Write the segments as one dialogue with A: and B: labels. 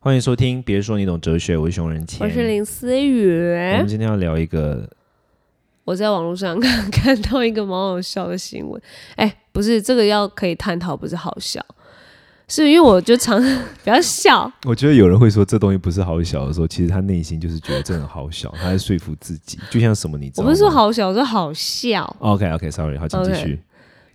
A: 欢迎收听，别说你懂哲学，我是熊仁谦，
B: 我是林思雨。
A: 我们今天要聊一个，
B: 我在网络上 看看到一个蛮好笑的新闻，哎、不是这个要可以探讨，不是好笑，是因为我就常 不要笑，
A: 我觉得有人会说这东西不是好小的时候，其实他内心就是觉得这很好小，他在说服自己，就像什么你知道
B: 我
A: 吗？
B: 不是说好笑，我说好笑。
A: OK OK Sorry，好，请继
B: OK
A: 续。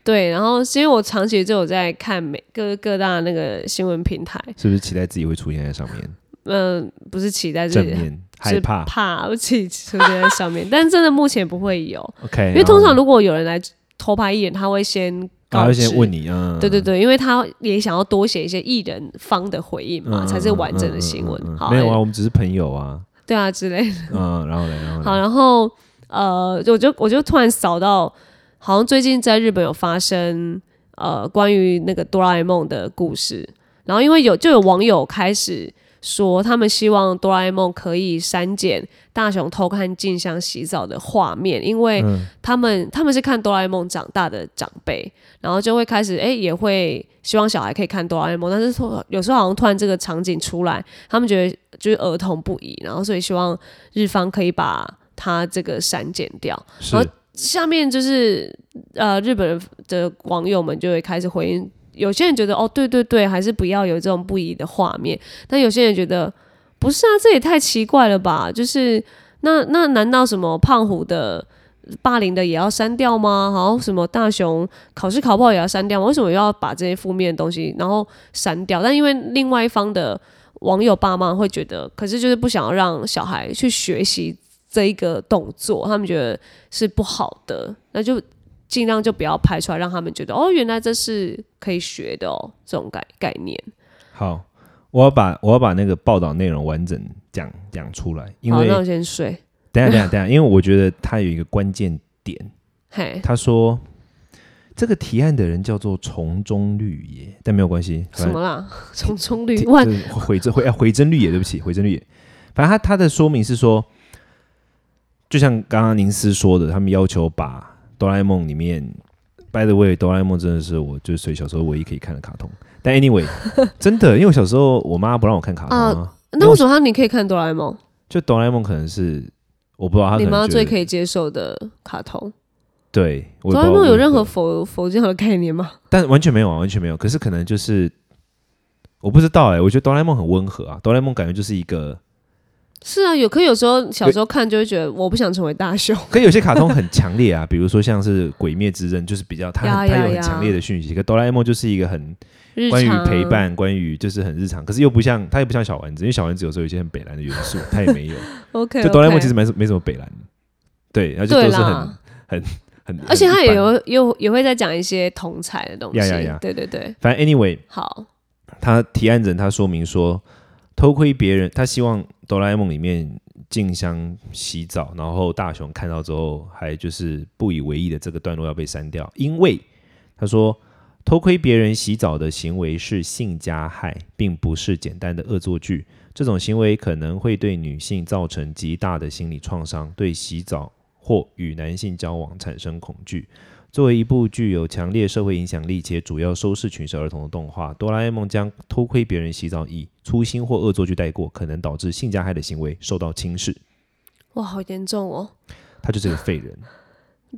B: 对，然后是因为我长期就有在看每各各大那个新闻平台，
A: 是不是期待自己会出现在上面？
B: 嗯、不是期待
A: 正
B: 是
A: 面害
B: 是
A: 怕
B: 怕我自己出现在 上面，但真的目前不会有，
A: OK，嗯
B: 因为通常
A: 然后
B: 如果有人来偷拍艺人，他会先
A: 他
B: 告
A: 会
B: 知，
A: 先问你，嗯，
B: 对对对，因为他也想要多写一些艺人方的回应
A: 嗯，
B: 嘛，啊才是完整的新闻。
A: 嗯嗯嗯嗯
B: 好，哎
A: 没有啊，我们只是朋友 啊，
B: 对啊之类的。
A: 嗯，然后嘞，然后
B: 好，
A: 嘞，
B: 然后呃，就我就我就突然扫到，好像最近在日本有发生呃关于那个哆啦 A 梦的故事，然后因为有就有网友开始。说他们希望哆啦 A 梦可以删减大雄偷看静香洗澡的画面，因为
A: 嗯
B: 他们他们是看哆啦 A 梦长大的长辈，然后就会开始哎、诶也会希望小孩可以看哆啦 A 梦，但是说有时候好像突然这个场景出来，他们觉得就是儿童不宜，然后所以希望日方可以把它这个删减掉。
A: 是
B: 好下面就是呃日本人的网友们就会开始回应，有些人觉得哦对对对，还是不要有这种不宜的画面，但有些人觉得不是啊，这也太奇怪了吧？就是那那难道什么胖虎的？霸凌的也要删掉吗？好像什么大雄考试考不好也要删掉吗？为什么要把这些负面的东西然后删掉？但因为另外一方的网友爸妈会觉得，可是就是不想要让小孩去学习这一个动作，他们觉得是不好的，那就尽量就不要拍出来，让他们觉得哦，原来这是可以学的哦，这种概概念。
A: 好，我要把我要把那个报道内容完整讲讲出来，因
B: 好，
A: 为
B: 那我先睡。
A: 等一下等一下等一下，因为我觉得他有一个关键点，
B: 嘿，
A: 他说这个提案的人叫做从中绿野，但没有关系，
B: 什
A: 反正
B: 么啦？重重率
A: 提
B: 万
A: 这是回真回啊回真绿野，对不起，回真绿野。反正他他的说明是说，就像刚刚宁思说的，他们要求把哆啦 A 梦里面，by the way，哆啦 A 梦真的是我就是所以小时候唯一可以看的卡通。但 anyway，真的，因为我小时候我妈不让我看卡通啊，
B: 那为什么他你可以看哆啦 A 梦？
A: 就哆啦 A 梦可能是我不知道他
B: 你妈最可
A: 以
B: 以接受的卡通，
A: 对我也
B: 哆啦
A: 不
B: A
A: 知道
B: 梦有
A: 为
B: 任
A: 何
B: 何佛佛教的概念吗？
A: 但完全没有啊，完全没有。可是可能就是我不知道哎、我觉得哆啦 A 梦很温和啊，哆啦 A 梦感觉就是一个，
B: 是啊，有，可有时候小时候看就会觉得我不想成为大雄。
A: 可有些卡通很强烈啊，比如说像是《鬼灭之刃》，就是比较它
B: 呀
A: 很它有
B: 呀
A: 很
B: 呀
A: 强烈的讯息，可哆啦 A 梦就是一个很
B: 日
A: 关于
B: 常
A: 陪，伴，关于就是很日常，可是又不像它也不像小丸子，因为小丸子有时候有一些很北蓝的元 素，它也没有。
B: OK，
A: 就哆啦 A 梦
B: OK
A: 其实没什没什么北蓝的，对，然后就
B: 对
A: 都是很
B: 啦
A: 很，
B: 而且
A: 很
B: 他
A: 一
B: 也
A: 般。
B: 有又也会在讲一些同彩的东西。
A: 呀呀呀
B: 对对对，
A: 反正 anyway，
B: 好，
A: 他提案人他说明说，偷窥别人，他希望哆啦 A 梦里面静香洗澡，然后大雄看到之后还就是不以为意的这个段落要被删掉，因为他说偷窥别人洗澡的行为是性加害，并不是简单的恶作剧。这种行为可能会对女性造成极大的心理创伤，对洗澡或与男性交往产生恐惧。作为一部具有强烈社会影响力且主要收视群是儿童的动画，《哆啦 A 梦》将偷窥别人洗澡以粗心或恶作剧带过，可能导致性加害的行为受到轻视。
B: 哇，好严重哦。
A: 他就是个废人，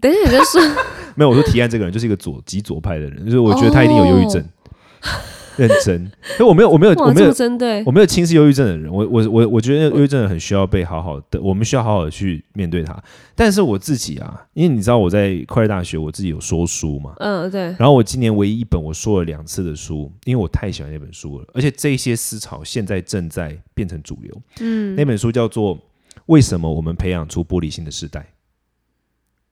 B: 等一下你再说，
A: 没有我说提案这个人就是一个左极左派的人，就是我觉得他一定有忧郁症，认真。因为我没有，我没有，我
B: 哦哇，
A: 没
B: 这
A: 有
B: 么，针对
A: 我，没有轻视忧郁症的人，我我我我觉得忧郁症的人很需要被好好的，我们需要好好的去面对他。但是我自己啊，因为你知道我在快乐大学，我自己有说书嘛，
B: 嗯，对，
A: 然后我今年唯一一本我说了两次的书，因为我太喜欢那本书了，而且这些思潮现在正在变成主流。
B: 嗯，
A: 那本书叫做《为什么我们培养出玻璃心的时代》，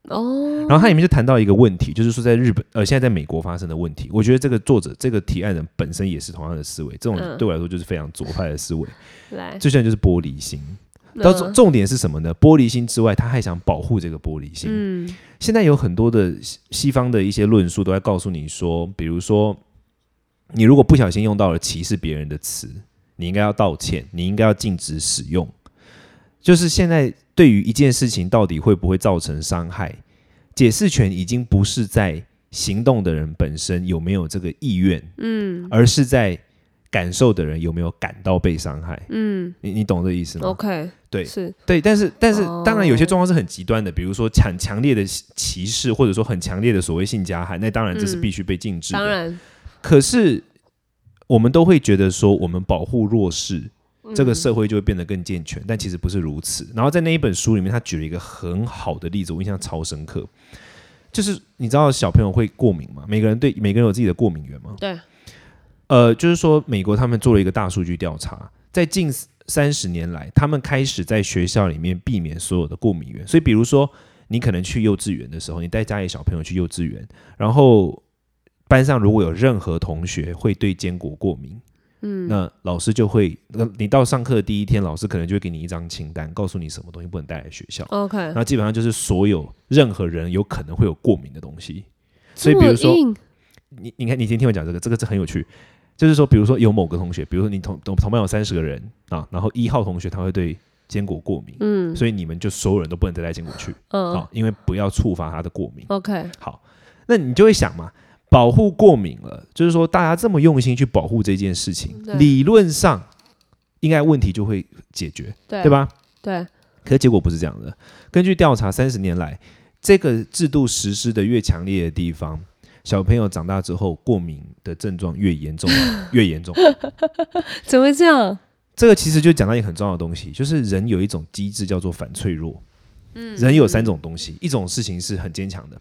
B: 哦，
A: 然后它里面就谈到一个问题，就是说在日本，呃，现在在美国发生的问题。我觉得这个作者、这个提案人本身也是同样的思维，这种
B: 嗯
A: 对我来说就是非常左派的思 维。
B: 来，
A: 最现在就是玻璃心。到重
B: 嗯
A: 重点是什么呢？玻璃心之外，他还想保护这个玻璃心。
B: 嗯，
A: 现在有很多的西西方的一些论述都在告诉你说，比如说，你如果不小心用到了歧视别人的词，你应该要道歉，你应该要禁止使用。就是现在对于一件事情到底会不会造成伤害，解释权已经不是在行动的人本身有没有这个意愿，嗯，而是在感受的人有没有感到被伤害。
B: 嗯
A: 你你懂这意思吗？
B: ，OK，
A: 对
B: 是，
A: 对，但是但是
B: 哦
A: 当然有些状况是很极端的，比如说强强烈的歧视，或者说很强烈的所谓性加害，那当然这是
B: 嗯
A: 必须被禁止的。
B: 当然，
A: 可是我们都会觉得说，我们保护弱势，
B: 嗯
A: 这个社会就会变得更健全，但其实不是如此。然后在那一本书里面，他举了一个很好的例子，我印象超深刻，就是你知道小朋友会过敏吗？每个人对每个人有自己的过敏源吗？
B: 对，
A: 呃，就是说美国他们做了一个大数据调查，在近三十年来，他们开始在学校里面避免所有的过敏源。所以，比如说你可能去幼稚园的时候，你带家里小朋友去幼稚园，然后班上如果有任何同学会对坚果过敏，嗯，那老师就会，那你到上课的第一天，老师可能就会给你一张清单，告诉你什么东西不能带来学校。
B: OK，
A: 那基本上就是所有任何人有可能会有过敏的东西。所以
B: 这
A: 比
B: 么
A: 如说
B: 硬
A: 你你看，你先听我讲这个，这个是很有趣。就是说，比如说有某个同学，比如说你同同同班有三十个人啊，然后一号同学他会对坚果过敏，
B: 嗯
A: 所以你们就所有人都不能再带坚果去
B: 嗯
A: 啊，因为不要触发他的过敏。
B: ，OK，
A: 好，那你就会想嘛，保护过敏了，就是说大家这么用心去保护这件事情，
B: 对
A: 理论上应该问题就会解决，
B: 对
A: 对？吧？
B: 对，
A: 可是结果不是这样的。根据调查，三十年来，这个制度实施的越强烈的地方，小朋友长大之后过敏的症状越严 重，越严重。
B: 怎么会这样？
A: 这个其实就讲到一个很重要的东西，就是人有一种机制叫做反脆弱。嗯，人有三种东西，一种事情是很坚强的，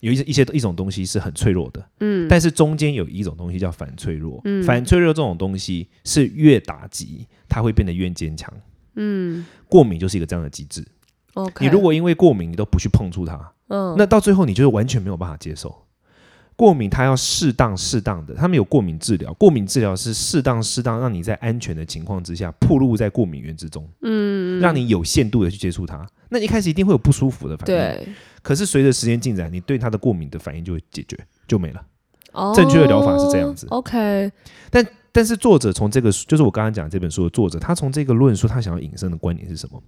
A: 有一些一些一种东西是很脆弱的，
B: 嗯，
A: 但是中间有一种东西叫反脆弱。
B: 嗯
A: 反脆弱这种东西是越打击，它会变得越坚强。
B: 嗯
A: 过敏就是一个这样的机制。
B: ，OK，
A: 你如果因为过敏你都不去碰触它，
B: 嗯，
A: 那到最后你就是完全没有办法接受。过敏它要适当适当的，他们有过敏治疗，过敏治疗是适当适当，让你在安全的情况之下暴露在过敏源之中，
B: 嗯，
A: 让你有限度的去接触它。那一开始一定会有不舒服的反应，
B: 对，
A: 可是随着时间进展，你对它的过敏的反应就会解决，就没了。
B: 哦
A: 正确的疗法是这样子
B: OK，
A: 但是作者从这个书，就是我刚刚讲这本书的作者，他从这个论述，他想要引申的观点是什么？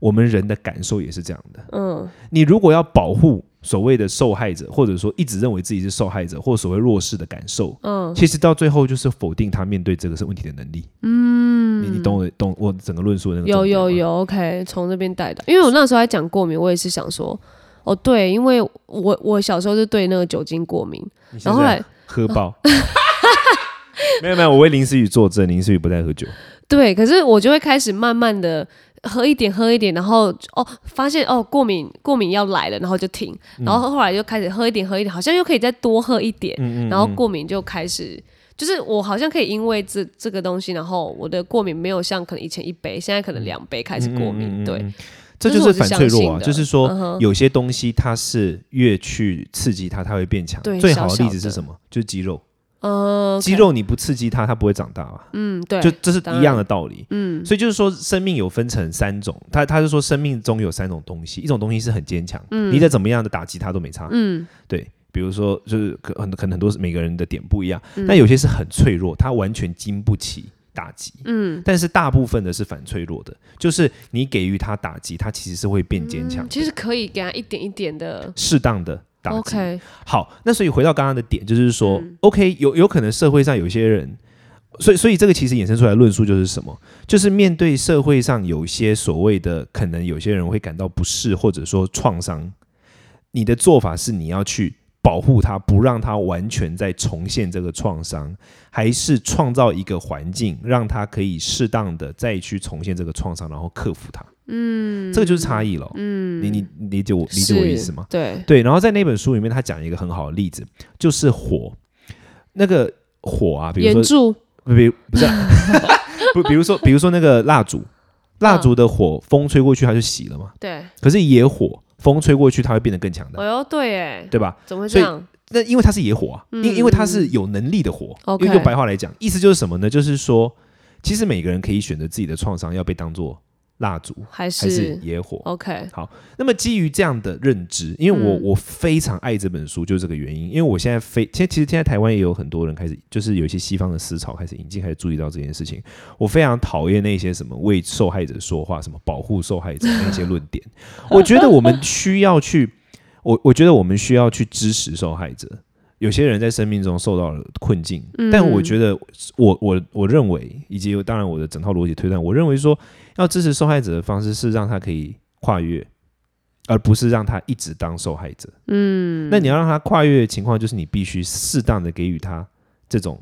A: 我们人的感受也是这样的，
B: 嗯
A: 你如果要保护所谓的受害者，或者说一直认为自己是受害者或所谓弱势的感受，
B: 嗯
A: 其实到最后就是否定他面对这个是问题的能力。嗯，你你懂我懂我整个论述的那个
B: 有
A: 重点吗
B: 有，有，OK，从这边带到，因为我那时候还讲过敏，我也是想说，哦对，因为我我小时候就对那个酒精过敏，
A: 你现在
B: 然后后来
A: 喝 爆。没有没有，我为林思雨作证，林思雨不太喝酒。
B: 对，可是我就会开始慢慢的喝一点喝一点，然后哦发现哦过敏过敏要来了，然后就停，然后后来又开始喝一点喝一点，好像又可以再多喝一点，
A: 嗯嗯嗯，
B: 然后
A: 嗯
B: 过敏就开始。就是我好像可以因为这这个东西，然后我的过敏没有像可能以前一杯，现在可能两杯开始过敏。，
A: 嗯嗯嗯嗯
B: 对，
A: 嗯嗯这就
B: 这
A: 是是
B: 我是
A: 反脆弱
B: 相信
A: 啊，
B: 的
A: 就是说
B: 嗯哼
A: 有些东西它是越去刺激它，它会变强。
B: 对
A: 最好
B: 小
A: 的
B: 小
A: 例子是
B: 的
A: 什么？就是肌肉，
B: 呃，
A: 肌肉你不刺激它，它不会长大啊。
B: 嗯，对，
A: 就这是
B: 当
A: 一样
B: 然
A: 的道理。
B: 嗯
A: 所以就是说，生命有分成三种，他他是说生命中有三种东西，一种东西是很坚强，你再怎么样的打击他都没差，
B: 嗯
A: 对。比如说，就是可很可能很多是每个人的点不一样，
B: 嗯
A: 那有些是很脆弱，他完全经不起打击，
B: 嗯，
A: 但是大部分的是反脆弱的，就是你给予他打击，他其实是会变坚强的，
B: 嗯其实可以给他一点一点的
A: 适当的打击。
B: OK，
A: 好，那所以回到刚刚的点，就是说、
B: 嗯
A: o k 有有可能社会上有些人，所以所以这个其实衍生出来的论述就是什么？就是面对社会上有一些所谓的可能有些人会感到不适或者说创伤，你的做法是你要去保护他，不让他完全再重现这个创伤，还是创造一个环境让他可以适当的再去重现这个创伤，然后克服它？嗯，这个就是差异了。嗯，你你你理解我理解我意思吗？
B: 对，
A: 对，然后在那本书里面，他讲一个很好的例子，就是火，那个火啊，比如
B: 援
A: 说，
B: 助
A: 不比不是啊，不，比如说，比如说那个蜡烛，蜡烛的火，风吹过去它就熄了嘛。
B: 对，
A: 可是野火，风吹过去它会变得更强大
B: 哎，呦对，哎，
A: 对吧？
B: 怎么会这
A: 所以
B: 样？
A: 那因为它是野火啊，因、因为它是有能力的火。
B: OK
A: 用用白话来讲，意思就是什么呢？就是说，其实每个人可以选择自己的创伤要被当做蜡烛
B: 还
A: 还是
B: 是
A: 野火。
B: OK，
A: 那么基于这样的认知，因为我、
B: 嗯
A: 我非常爱这本书，就是这个原因。因为我现在非，其实其实现在台湾也有很多人开始，就是有一些西方的思潮开始引进，开始注意到这件事情。我非常讨厌那些什么为受害者说话、什么保护受害者那些论点。我觉得我们需要去，我我觉得我们需要去支持受害者。有些人在生命中受到了困境，但我觉得我我我认为，以及当然我的整套逻辑推断，我认为说要支持受害者的方式是让他可以跨越，而不是让他一直当受害者。嗯，那你要让他跨越的情况，就是你必须适当的给予他这种，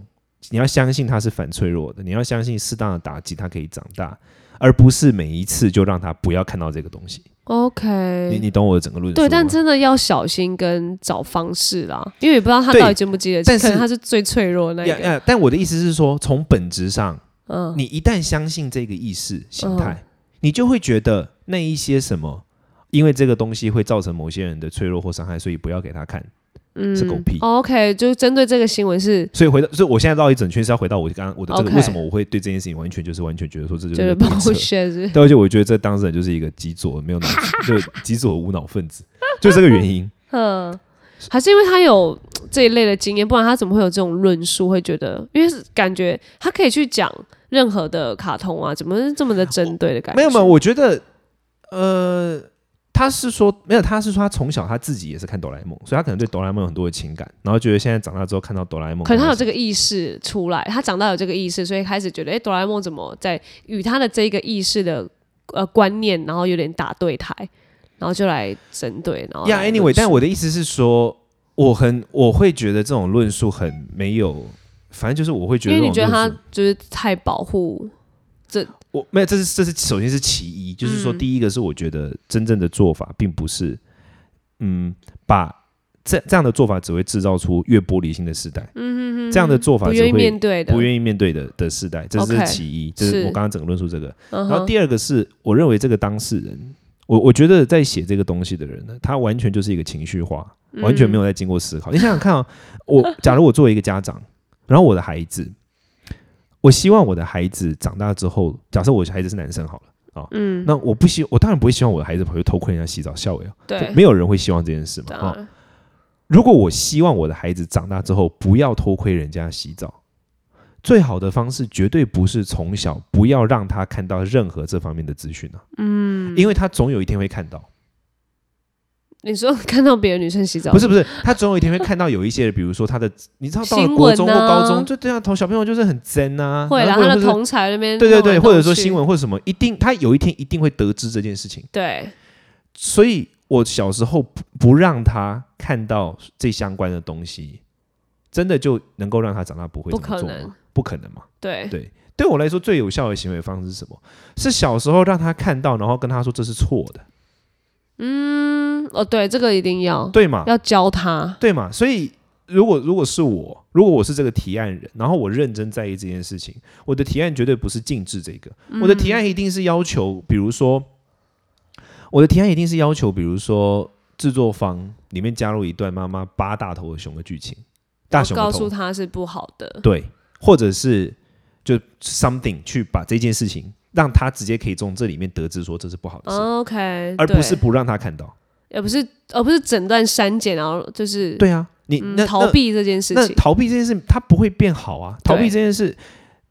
A: 你要相信他是反脆弱的，你要相信适当的打击他可以长大，而不是每一次就让他不要看到这个东西。你
B: OK，
A: 你懂我的整个论述
B: 对，
A: 吗？
B: 但真的要小心跟找方式啦，因为也不知道他
A: 对
B: 到底经不经得
A: 但
B: 起，可能
A: 是
B: 他是最脆弱的那
A: 呀
B: 一个。
A: 呀！但我的意思是说，从本质上，
B: 嗯，
A: 你一旦相信这个意识形态，你就会觉得那一些什么，因为这个东西会造成某些人的脆弱或伤害，所以不要给他看，是狗屁。
B: 嗯 OK，就针对这个新闻是
A: 所以回到，所以我现在绕一整圈是要回到我刚刚我的这个
B: OK
A: 为什么我会对这件事情完全就是完全觉得说这就
B: 觉得
A: 是
B: 不
A: 鬼扯
B: shit 是
A: 对，而且我觉得这当事人就是一个极左没有脑子， 就极左无脑分子，就这个原因。
B: 嗯，还是因为他有这一类的经验，不然他怎么会有这种论述？会觉得，因为是感觉他可以去讲任何的卡通啊，怎么是这么的针对的感
A: 哦
B: 觉？
A: 没有没有，我觉得，呃，他是说没有，他是说他从小他自己也是看哆啦 A 梦，所以他可能对哆啦 A 梦有很多的情感，然后觉得现在长大之后看到哆啦 A 梦，
B: 可能他有这个意识出来，他长大有这个意识，所以开始觉得，哎、哆啦 A 梦怎么在与他的这个意识的呃观念，然后有点打对台，然后就来针对，然后
A: 呀、
B: 来
A: yeah,，anyway，
B: 论述
A: 但我的意思是说，我很我会觉得这种论述很没有，反正就是我会觉得
B: 因
A: 这
B: 为
A: 种
B: 你觉
A: 论
B: 得
A: 述，
B: 他就是太保护这
A: 我没有，这是这是首先是其一，就是说
B: 嗯
A: 第一个是我觉得真正的做法并不是，嗯，把这这样的做法只会制造出越玻璃心的时代，嗯这样的做法
B: 不
A: 只
B: 愿意
A: 会
B: 面对的，
A: 不愿意面对的的世代，这
B: OK，
A: 是其一，这
B: 是
A: 是我刚刚整个论述这个。
B: 嗯
A: 然后
B: 哼，
A: 第二个是，我认为这个当事人，我我觉得在写这个东西的人呢，他完全就是一个情绪化，完全没
B: 嗯
A: 有在经过思考。你想想看哦，我假如我作为一个家长，然后我的孩子，我希望我的孩子长大之后，假设我的孩子是男生好了啊，嗯，那我不希，我当然不会希望我的孩子跑去偷窥人家洗澡，笑我哟，
B: 对，
A: 没有人会希望这件事嘛，
B: 当
A: 啊、
B: 然
A: 如果我希望我的孩子长大之后不要偷窥人家洗澡，最好的方式绝对不是从小不要让他看到任何这方面的资讯啊。嗯，因为他总有一天会看到，
B: 你说看到别的女生洗澡，
A: 不是不是，他总有一天会看到有一些人，比如说他的，你知道到了
B: 新
A: 国
B: 闻
A: 中或
B: 啊
A: 高中，就对啊，同小朋友就是很真啊，
B: 会啦，
A: 或者
B: 他的
A: 是
B: 同才那边
A: 对对
B: 弄
A: 对，
B: 来弄
A: 或者说
B: 去
A: 新闻或者什么，一定他有一天一定会得知这件事情。
B: 对，
A: 所以我小时候不不让他看到这相关的东西，真的就能够让他长大不会
B: 不
A: 这么
B: 可
A: 做
B: 能
A: 吗？不可能嘛？
B: 对，
A: 对，对我来说最有效的行为方式是什么？是小时候让他看到，然后跟他说这是错的，
B: 嗯，哦，对，这个一定要
A: 对啊吗？
B: 要教他，
A: 对嘛？所以如果如果是我，如果我是这个提案人，然后我认真在意这件事情，我的提案绝对不是禁止这个，
B: 嗯
A: 我的提案一定是要求，比如说，我的提案一定是要求，比如说制作方里面加入一段妈妈扒大头的熊的剧情，大熊
B: 告
A: 的
B: 诉
A: 头，
B: 他是不好的，
A: 对，或者是就 something 去把这件事情让他直接可以从这里面得知说这是不好的事，
B: 嗯 OK，
A: 而不是
B: 对
A: 不让他看到。
B: 而不是而不是整段删减，然后就是
A: 对啊，你、
B: 嗯
A: 那
B: 逃
A: 那
B: 避这件事
A: 那
B: 情，
A: 逃避这件事，它不会变好啊。逃避
B: 对
A: 这件事，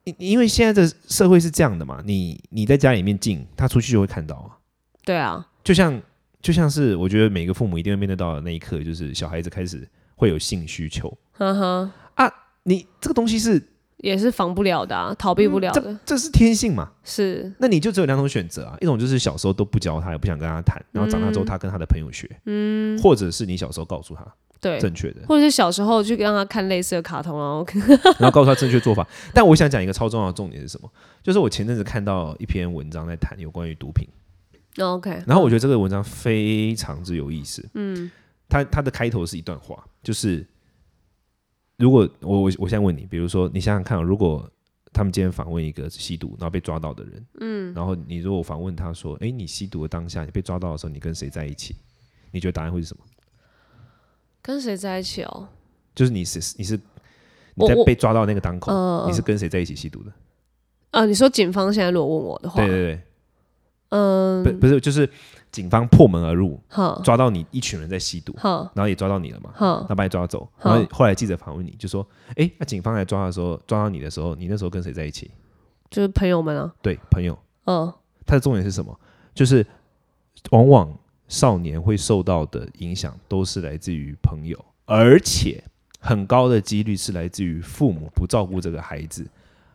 A: 因因为现在的社会是这样的嘛，你你在家里面静，他出去就会看到啊。
B: 对啊，
A: 就像就像是我觉得每个父母一定会面对到的那一刻，就是小孩子开始会有性需求。啊
B: 呵呵，
A: 你这个东西是
B: 也是防不了的啊，逃避不了的，
A: 这是天性嘛？
B: 是
A: 那你就只有两种选择啊，一种就是小时候都不教他，也不想跟他谈，然后长大之后他跟他的朋友学，嗯，或者是你小时候告诉他
B: 对，
A: 正确的，
B: 或者是小时候去让他看类似的卡通，然后
A: 然后告诉他正确做法。但我想讲一个超重要的重点是什么？就是我前阵子看到一篇文章在谈有关于毒品。
B: OK，
A: 然后我觉得这个文章非常之有意思。嗯，它它的开头是一段话，就是如果我我我现在问你，比如说你想想看哦、如果他们今天访问一个吸毒然后被抓到的人，嗯，然后你如果访问他说，诶，你吸毒的当下，你被抓到的时候，你跟谁在一起？你觉得答案会是什么？
B: 跟谁在一起哦？
A: 就是你是你是你
B: 我
A: 在
B: 我
A: 被抓到那个当口，
B: 嗯
A: 你是跟谁在一起吸毒的？
B: 啊，你说警方现在如果问我的话
A: 对，对
B: 嗯，
A: 对，不不是就是警方破门而入，
B: 好，
A: 抓到你一群人在吸毒，
B: 好，
A: 然后也抓到你了嘛，
B: 好，
A: 那把你抓走，
B: 好
A: 然后后来记者访问你就说，哎，那警方来抓的时候，抓到你的时候，你那时候跟谁在一起？
B: 就是朋友们啊，
A: 对，朋友。
B: 嗯，
A: 他的重点是什么？就是往往少年会受到的影响都是来自于朋友，而且很高的几率是来自于父母不照顾这个孩子，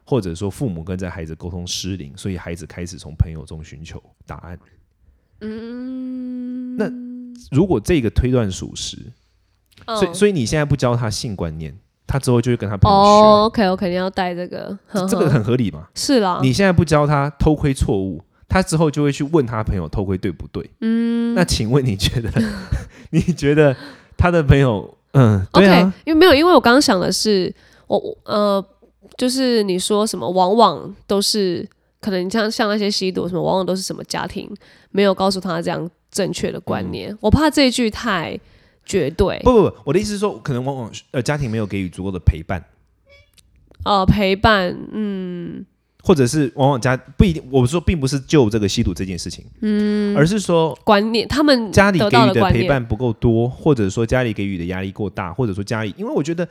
A: 或者说父母跟这孩子沟通失灵，所以孩子开始从朋友中寻求答案。
B: 嗯，
A: 那如果这个推断属实，所以
B: 以
A: 所以你现在不教他性观念，他之后就会跟他朋友学，
B: 哦，OK OK，你要带这个，呵
A: 这这个
B: 呵
A: 很合理嘛？
B: 是啦，
A: 你现在不教他偷窥错误，他之后就会去问他朋友偷窥对不对？
B: 嗯
A: 那请问你觉得， 你觉得他的朋友，嗯，对
B: OK，、
A: 啊，
B: 因为没有，因为我刚刚想的是，我我呃，就是你说什么，往往都是可能像像那些吸毒什么，往往都是什么家庭没有告诉他这样正确的观念，我怕这一句太绝对。
A: 嗯不不不，我的意思是说，可能往往呃家庭没有给予足够的陪伴，
B: 呃，陪伴，嗯，
A: 或者是往往家不一定，我说并不是就这个吸毒这件事情，嗯，而是说
B: 观念，他们
A: 家里
B: 得
A: 给
B: 到
A: 予
B: 的
A: 的
B: 观
A: 陪
B: 念，
A: 伴不够多，或者说家里给予的压力过大，或者说家里，因为我觉得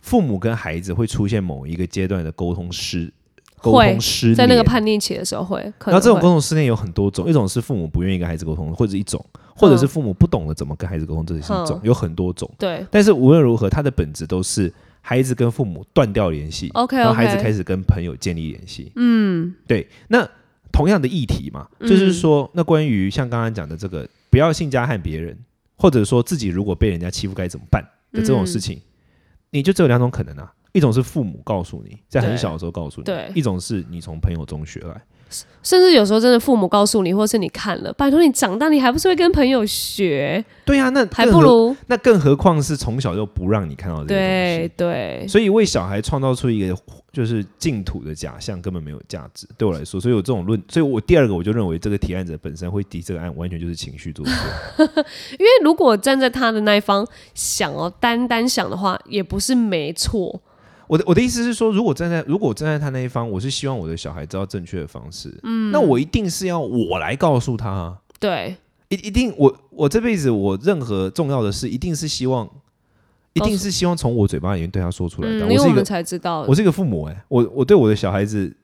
A: 父母跟孩子会出现某一个阶段的沟通失沟
B: 会
A: 通失
B: 在那个
A: 联
B: 叛逆期的时候会，可
A: 然后
B: 能
A: 这种
B: 会
A: 沟通失恋有很多种，一种是父母不愿意跟孩子沟通，或者一种，或者是
B: 嗯
A: 父母不懂得怎么跟孩子沟通，这是一种
B: 嗯，
A: 有很多种。
B: 对
A: 但是无论如何，它的本质都是孩子跟父母断掉联系
B: OK，
A: 然后孩子
B: OK
A: 开始跟朋友建立联系。嗯，对。那同样的议题嘛，
B: 嗯
A: 就是说，那关于像刚刚讲的这个，不要性加害别人，或者说自己如果被人家欺负该怎么办的这种事情，
B: 嗯
A: 你就只有两种可能啊。一种是父母告诉你，在很
B: 对
A: 小的时候告诉你；
B: 对
A: 一种是你从朋友中学来。
B: 甚至有时候真的父母告诉你，或是你看了，拜托你长大你还不是会跟朋友学，
A: 对呀、那
B: 还
A: 更
B: 不
A: 何
B: 如
A: 那更何况是从小就不让你看到这些
B: 对
A: 东
B: 对
A: 西，，所以为小孩创造出一个就是净土的假象根本没有价值，对我来说，所以有这种论，所以我第二个我就认为这个提案者本身会提这个案，完全就是情绪作祟。
B: 因为如果站在他的那一方想哦，单单想的话，也不是没错。
A: 我的我的意思是说，如果站在如果我站在他那一方，我是希望我的小孩知道正确的方式，嗯，那我一定是要我来告诉他啊，
B: 对，
A: 一一定我我这辈子我任何重要的事，一定是希望。一定是希望从我嘴巴里面对他说出来
B: 哦嗯
A: 的啊。，
B: 因为
A: 我是
B: 我
A: 一个
B: 们才知道，
A: 我是一个父母哎、我我对我的小孩子，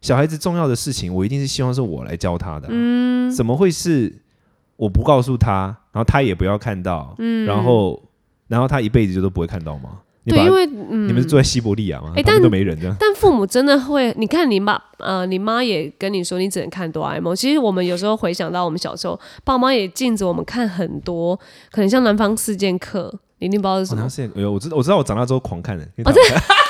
A: 小孩子重要的事情，我一定是希望是我来教他的、嗯，怎么会是我不告诉他，然后他也不要看到，嗯，然后然后他一辈子就都不会看到吗？你
B: 对，
A: 把
B: 因为
A: 你
B: 嗯，
A: 们是住在西伯利亚吗？
B: 诶
A: 旁边
B: 但
A: 都没人这样。
B: 但父母真的会，你看你妈，呃，你妈也跟你说你只能看哆啦 A 梦。其实我们有时候回想到我们小时候，爸妈也禁止我们看很多，可能像《南方四剑客》，你一定不知道是
A: 哦
B: 什
A: 南
B: 么
A: 方。四剑，哎呦，我知道，我知道，我长大之后狂看的。因为
B: 哦
A: 他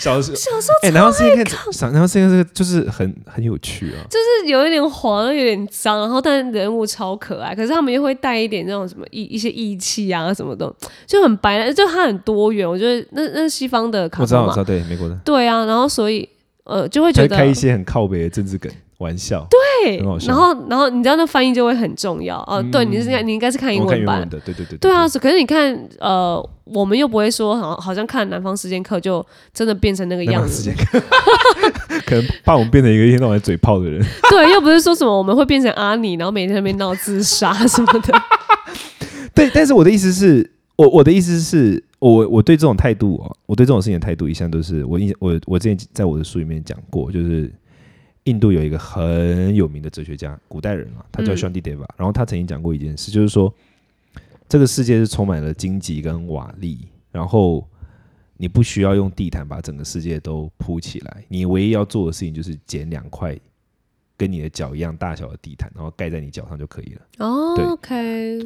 A: 小时候，小时候，哎，南方四剑看，想南方四剑这个就是很很有趣啊。
B: 就是有一点黄，有点脏，然后但人物超可爱，可是他们又会带一点那种什么意一些义气啊什么的，就很白烂，就它很多元。我觉得那那西方的卡
A: 我知道，
B: 通
A: 我知
B: 嘛，
A: 道，对美国的，
B: 对啊，然后所以呃就会
A: 他
B: 觉
A: 会
B: 得
A: 开一些很靠北的政治梗玩笑。
B: 对
A: 很好，笑嗯
B: 然后然后你知道那翻译就会很重要啊。对，你是你应该是看英
A: 我看
B: 文
A: 原
B: 版
A: 文，的，对对对
B: 对啊，，可是你看呃，我们又不会说好好像看《南方四剑客》就真的变成那个
A: 那
B: 样
A: 段时
B: 子
A: 间， 可能把我们变成一个一天到晚嘴炮的人。
B: 对，又不是说什么我们会变成阿尼，然后每天在那边闹自杀什么 的。
A: 对，但是我的意思是，我我的意思是我我对这种态度哦，我对这种事情的态度一向都是我印我我之前在我的书里面讲过，就是印度有一个很有名的哲学家，古代人啊，他叫
B: 嗯
A: Shanti Deva，、然后他曾经讲过一件事，就是说这个世界是充满了荆棘跟瓦砾，然后。你不需要用地毯把整个世界都铺起来，你唯一要做的事情就是捡两块跟你的脚一样大小的地毯，然后盖在你脚上就可以了。
B: 哦
A: 对
B: OK，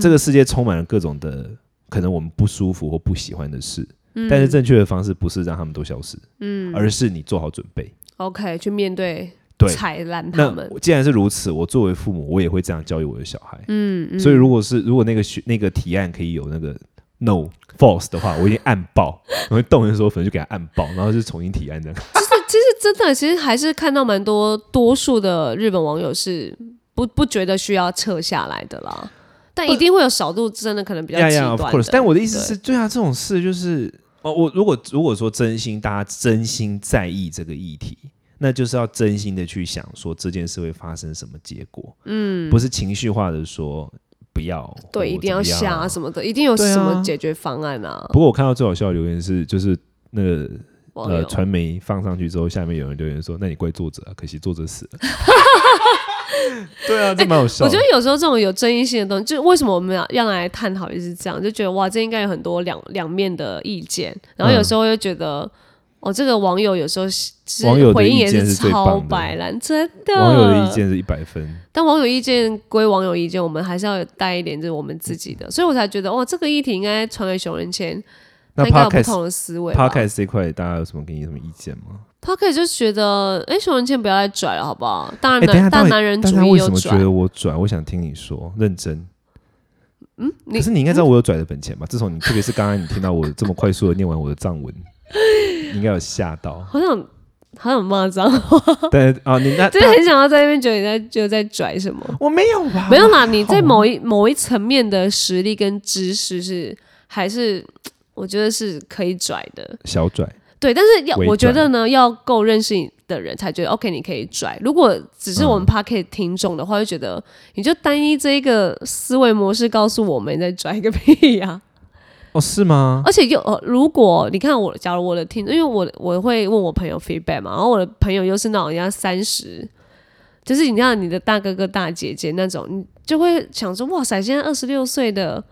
A: 这个世界充满了各种的可能我们不舒服或不喜欢的事，
B: 嗯
A: 但是正确的方式不是让他们都消失，
B: 嗯
A: 而是你做好准备。
B: OK 去面对
A: 对，
B: 踩烂他
A: 那
B: 们，
A: 既然是如此，我作为父母，我也会这样教育我的小孩。
B: 嗯，嗯
A: 所以，如果是如果那个学那个提案可以有那个 no false 的话，我一定按爆。我会动的时候，可能就给他按爆，然后就重新提案这样。
B: 真的其实还是看到蛮多多数的日本网友是不不觉得需要撤下来的啦，但一定会有少数真的可能比较极
A: yeah,
B: 端
A: of
B: 的
A: course。但我的意思是，对啊，这种事就是，哦，我如果如果说真心，大家真心在意这个议题，那就是要真心的去想说这件事会发生什么结果，嗯，不是情绪化的说不要，
B: 对，一定要下啊
A: 下。
B: 什么的，一定有
A: 对啊
B: 什么解决方案啊。
A: 不过我看到最好笑的留言是，就是那个
B: 网
A: 呃
B: 友，
A: 传媒放上去之后，下面有人留言说：“那你怪作者啊，可惜作者死了。” 对啊，这蛮好笑
B: 哎我
A: 的。
B: 觉得有时候这种有争议性的东西，就是为什么我们要要来探讨，也是这样，就觉得哇，这应该有很多两两面的意见，然后有时候又觉得。哦，这个网友有时候是是
A: 网友的
B: 回应
A: 意
B: 也
A: 见是最
B: 超
A: 棒的
B: 白烂，真的。
A: 网友的意，见是一百分，
B: 但网友意见归网友意见，我们还是要有带一点就是我们自己的，所以我才觉得哦，这个议题应该传给熊仁谦，
A: 那
B: 他应该有不
A: podcast
B: 同的思维吧。
A: podcast 这块，大家有什么给你什么意见吗？
B: Podcast 就觉得，哎，熊仁谦不要再拽了，好不好？大
A: 哎，等一
B: 啊男
A: 下，
B: 大
A: 到底
B: 男人主
A: 但他
B: 义
A: 为什
B: 又
A: 么
B: 拽
A: 觉，得我拽？我想听你说，认真。
B: 嗯，你
A: 可是你应该知道我有拽的本钱吧？自从你，特别是刚刚你听到我这么快速的念完我的藏文， 你应该有吓到。
B: 好想好想骂脏话，
A: 但啊，你 那
B: 真的很想要在那 边觉得你在就在拽什么？
A: 我没有哦吧？
B: 没有啦，你在某一某一层面的实力跟知识是还是。我觉得是可以拽的，
A: 小拽，
B: 对，但是要
A: 微
B: 我觉
A: 拽
B: 得呢，要够认识你的人才觉得 OK，你可以拽。如果只是我
A: 嗯
B: 们 p o c k e t 听众的话，就觉得你就单一这一个思维模式告诉我们，你在拽个屁呀、
A: 哦，是吗？
B: 而且又呃，如果你看我，假如我的听，因为我我会问我朋友 feedback 嘛，然后我的朋友又是那种人家三十，就是你像你的大哥哥大姐姐那种，你就会想说，哇塞，现在二十六岁的，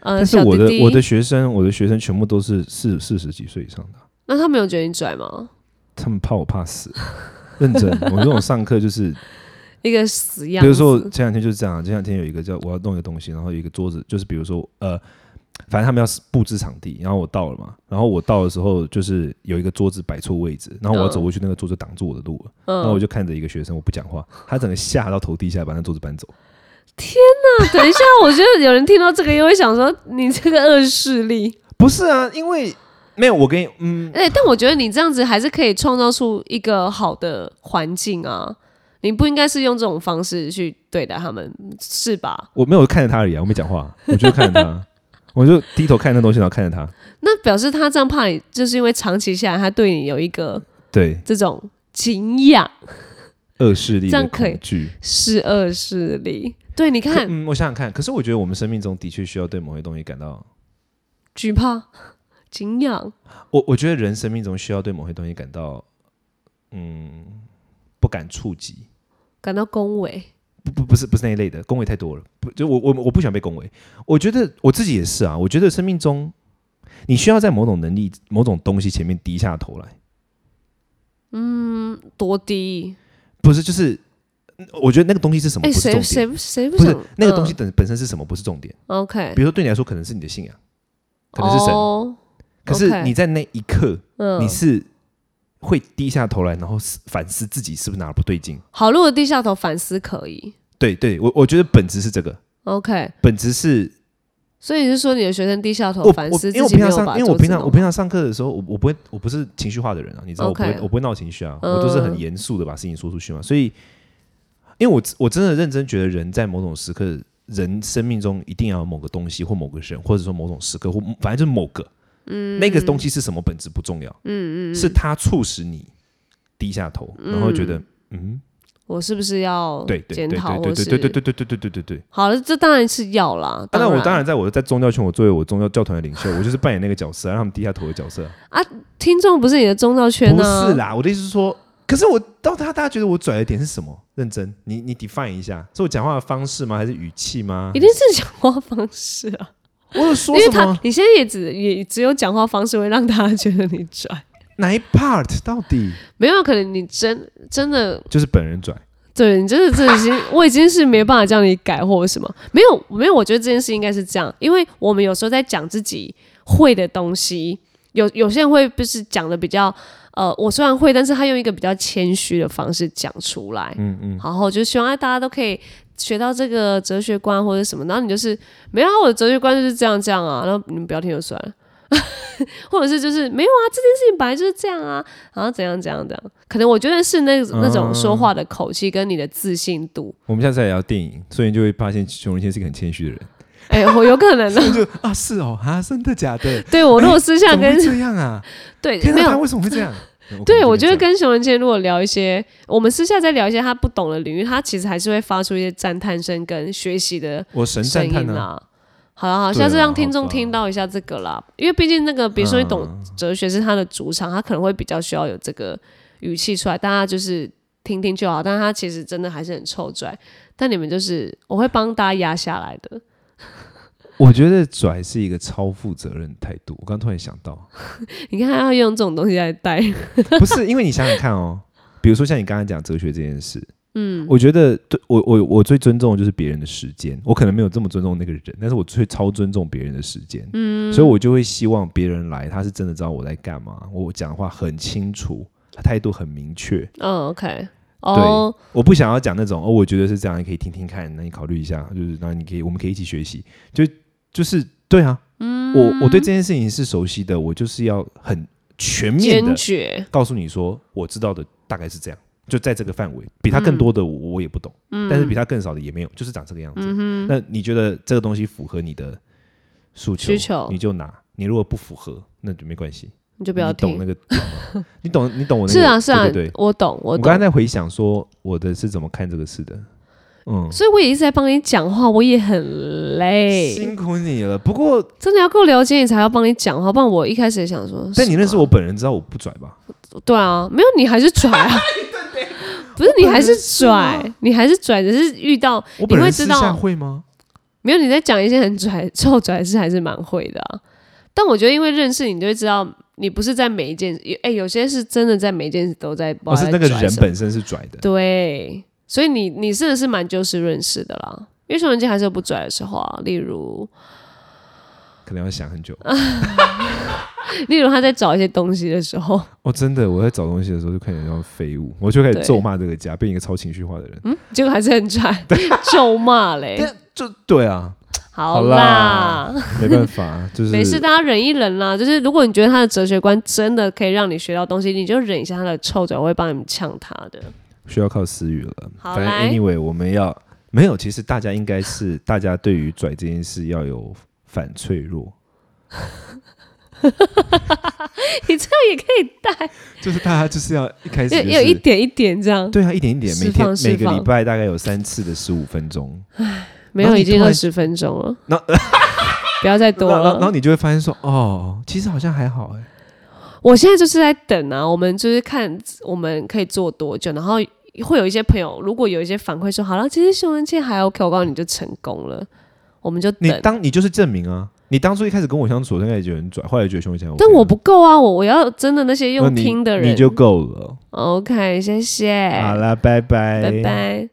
B: 呃，
A: 但是
B: 小
A: 我
B: 弟
A: 的
B: 弟，
A: 我的学生，我的学生全部都是四四十几岁以上的，
B: 那他没有觉得你拽吗？
A: 他们怕我怕死。认真，我这种上课就是，
B: 一个死样
A: 比
B: 子，
A: 如说我前两天就是这样，前两天有一个叫我要弄一个东西，然后有一个桌子，就是比如说呃，反正他们要布置场地，然后我到了嘛，然后我到的时候就是有一个桌子摆错位置，然后我要走过去，那个桌子挡住我的路了，然后我
B: 嗯，
A: 就看着一个学生，我不讲话，他整个吓到头低下，把那桌子搬走。
B: 那等一下，我觉得有人听到这个也会想说，你这个恶势力，
A: 不是啊，因为没有我跟你嗯，
B: 哎、但我觉得你这样子还是可以创造出一个好的环境啊。你不应该是用这种方式去对待他们，是吧？
A: 我没有看着他而已啊，我没讲话，我就看着他，我就低头看那东西，然后看着他。
B: 那表示他这样怕你，就是因为长期下来他对你有一个
A: 对，
B: 这种敬仰、
A: 恶势力
B: 这
A: 的
B: 样可以
A: 恐惧。
B: 是恶势力。对，你
A: 可
B: 看，
A: 嗯，我想想看，可是我觉得我们生命中的确需要对某些东西感到，
B: 惧怕、敬仰，
A: 我我觉得人生命中需要对某些东西感到，嗯，不敢触及，
B: 感到恭维。
A: 不不不是不是那一类的，恭维太多了，不就我我我不想被恭维，我觉得我自己也是啊，我觉得生命中你需要在某种能力、某种东西前面低下头来，
B: 嗯，多低？
A: 不是就是，嗯我觉得那个东西是什么哦
B: 哎、
A: 不是
B: 谁
A: 重点，
B: 谁谁不
A: 不
B: 想
A: 是那个东西
B: 嗯哎
A: 本本身是什么不是重点，
B: OK，
A: 比如说对你来说可能是你的信仰，可能是神，
B: 哦、
A: 可是
B: OK
A: 你在那一刻。
B: 嗯，
A: 你是会低下头来，然后思反思自己是不是哪儿不对劲。
B: 好，如果低下头反思可以。
A: 对对，我我觉得本质是这个，
B: OK，
A: 本质是
B: 所以你是说你的学生低下
A: 我
B: 头
A: 我
B: 哦反思
A: 因为
B: 自
A: 我
B: 己
A: 平常
B: 没有
A: 上，
B: 把
A: 因为我
B: 桌
A: 平
B: 子
A: 常
B: 弄
A: 我平常上课的时候，我我不会我不是情绪化的人啊，你知道
B: OK
A: 我不会我不会闹情绪啊，
B: 嗯
A: 我都是很严肃的把事情说出去嘛。所以，因为我我真的认真觉得人在某种时刻，人生命中一定要有某个东西或某个人，或者说某种时刻或反正就是某个，嗯，那个东西是什么本质不重要，嗯嗯，是它促使你低下头，然后觉得嗯
B: 我是不是要
A: 对对
B: 检
A: 对
B: 讨，
A: 对
B: 或
A: 对
B: 是
A: 对对对对对对对对对。
B: 好了，这当然是要啦。
A: 啊那我
B: 然
A: 当然在我在宗教圈，我作为我宗教教团的领 袖，我就是扮演那个角色，让他们低下头的角色。
B: 听众不是你的宗教圈啊
A: 不
B: 呢、
A: 是啦，我的意思是说，可是我到他大家觉得我拽的点是什么？认真，你你 define 一下，是我讲话的方式吗？还是语气吗
B: 一？定是讲话方式啊，
A: 我有说
B: 因为
A: 什
B: 他
A: 么？
B: 你现在也只也只有讲话方式会让他觉得你拽，
A: 哪一 part 到底
B: 没有可能你真真的
A: 就是本人拽？
B: 对你真的真的已经我已经是没办法叫你改或者什么，没有没有，我觉得这件事应该是这样，因为我们有时候在讲自己会的东西，有有些人会不是讲的比较呃，我虽然会，但是他用一个比较谦虚的方式讲出来，
A: 嗯嗯，
B: 然后就希望哎大家都可以学到这个哲学观或者什么，然后你就是没有啊，我的哲学观就是这样这样啊，然后你们不要听就算了， 或者是就是没有啊，这件事情本来就是这样啊，然后怎样怎样怎样，可能我觉得是那那种说话的口气跟你的自信度，
A: 我们下次来聊电影，所以你就会发现熊仁谦是一个很谦虚的 人。
B: 哎、我有可能呢、
A: 我就啊，是哦，啊，真的假的？
B: 对我如果私下
A: 怎么
B: 跟
A: 会这样啊？
B: 对
A: 天
B: 没
A: 哪，
B: 有
A: 他为什么会这样？我可能
B: 对，
A: 就
B: 我
A: 会
B: 觉得
A: 这样
B: 跟熊仁谦如果聊一些，我们私下再聊一些他不懂的领域，他其实还是会发出一些赞叹声跟学习的
A: 我神赞
B: 声音
A: 叹啊，
B: 啦。好了，好，
A: 对啊
B: 下次让听
A: 好
B: 众
A: 吧
B: 听到一下这个啦，因为毕竟那个，比如说你懂
A: 嗯
B: 哲学是他的主场，他可能会比较需要有这个语气出来，大家就是听听就好。但他其实真的还是很臭拽，但你们就是我会帮大家压下来的。
A: 我觉得拽是一个超负责任的态度。我刚突然想 到，
B: 你看他要用这种东西来带，
A: 不是因为你想想看哦， 比如说像你刚才讲哲学这件事，嗯，我觉得对我我我最尊重的就是别人的时间，我可能没有这么尊重那个人，但是我最超尊重别人的时间，嗯，所以我就会希望别人来，他是真的知道我在干嘛，我讲话很清楚，态度很明确，
B: 嗯，OK，哦，
A: 我不想要讲那种哦，我觉得是这样，你可以听听看，那你考虑一下，就是那你可以，我们可以一起学习，就就是对啊，嗯，我我对这件事情是熟悉的，我就是要很全面的
B: 坚决，
A: 告诉你说我知道的大概是这样，就在这个范围，比他更多
B: 嗯
A: 的我我也不懂，但是比他更少的也没有，就是长这个样子。那你觉得这个东西符合你的诉求，
B: 需求
A: 你就拿；你如果不符合，那就没关系，
B: 你就不要
A: 你懂
B: 听
A: 那。个点吗，你懂你懂我那个
B: 是啊，是啊
A: 对对，对。
B: 我懂，我
A: 我刚才
B: 懂。
A: 在回想说我的是怎么看这个事的，嗯，
B: 所以我也一直在帮你讲话，我也很累，
A: 辛苦你了。不过，
B: 真的要够了解你才要帮你讲话，不然我一开始也想说，
A: 但你认识
B: 我。
A: 我本人，知道我不拽吧？
B: 对啊，没有你还是拽啊，不是你还是拽，你还是拽，只是遇到
A: 我本
B: 你会
A: 人
B: 知
A: 私下
B: 道
A: 会吗？
B: 没有你在讲一些很拽、 臭拽的事，还是蛮会的啊。但我觉得因为认识你，就会知道你不是在每一件，哎、有些是真的在每一件事都在，不
A: 哦，
B: 知
A: 是
B: 道
A: 那
B: 在
A: 个
B: 拽
A: 人
B: 什么
A: 本身是拽的。
B: 对，所以你你真的是蛮就事论事的啦。因为熊仁杰还是有不拽的时候啊，例如
A: 可能要想很久。
B: 例如他在找一些东西的时候，
A: 哦，真的，我在找东西的时候就开始要废物，我就开始
B: 对
A: 咒骂这个家，变一个超情绪化的人。嗯，
B: 结果还是很拽， 咒骂嘞。
A: 就对 啊，
B: 好
A: 好啦
B: 啦。
A: 没办法，就是
B: 没事，大家忍一忍啦。就是如果你觉得他的哲学观真的可以让你学到东西，你就忍一下他的臭嘴，我会帮你们呛他 的。
A: 需要靠私语了。
B: 好
A: 反正
B: 来
A: anyway，我们要没有，其实大家应该是大家对于拽这件事要有反脆弱，
B: 你这样也可以带，
A: 就是大家就是要一开始、就是、
B: 要要一点一点这样，
A: 对啊，一点一点，每
B: 呃释
A: 天
B: 放释
A: 每个礼
B: 放
A: 拜大概有三次的十五分钟，
B: 没
A: 然后
B: 有
A: 你
B: 已经
A: 突然
B: 二十分钟了
A: 然后，
B: 不要再多
A: 然后然后然后
B: 了。
A: 你就会发现说，哦，其实好像还好哎、
B: 我现在就是在等啊，我们就是看我们可以做多久，然后会有一些朋友，如果有一些反馈说好了，其实熊仁谦还 OK，我告诉你就成功了，我们就
A: 你
B: 等。
A: 当你就是证明啊，你当初一开始跟我相处，大概觉得很拽，后来觉得兄弟姐妹 OK 了，
B: 但我不够啊，我我要真的那些
A: 那
B: 用
A: 你
B: 听的人，
A: 你就够了。
B: OK，谢谢，
A: 好啦，拜拜，
B: 拜拜。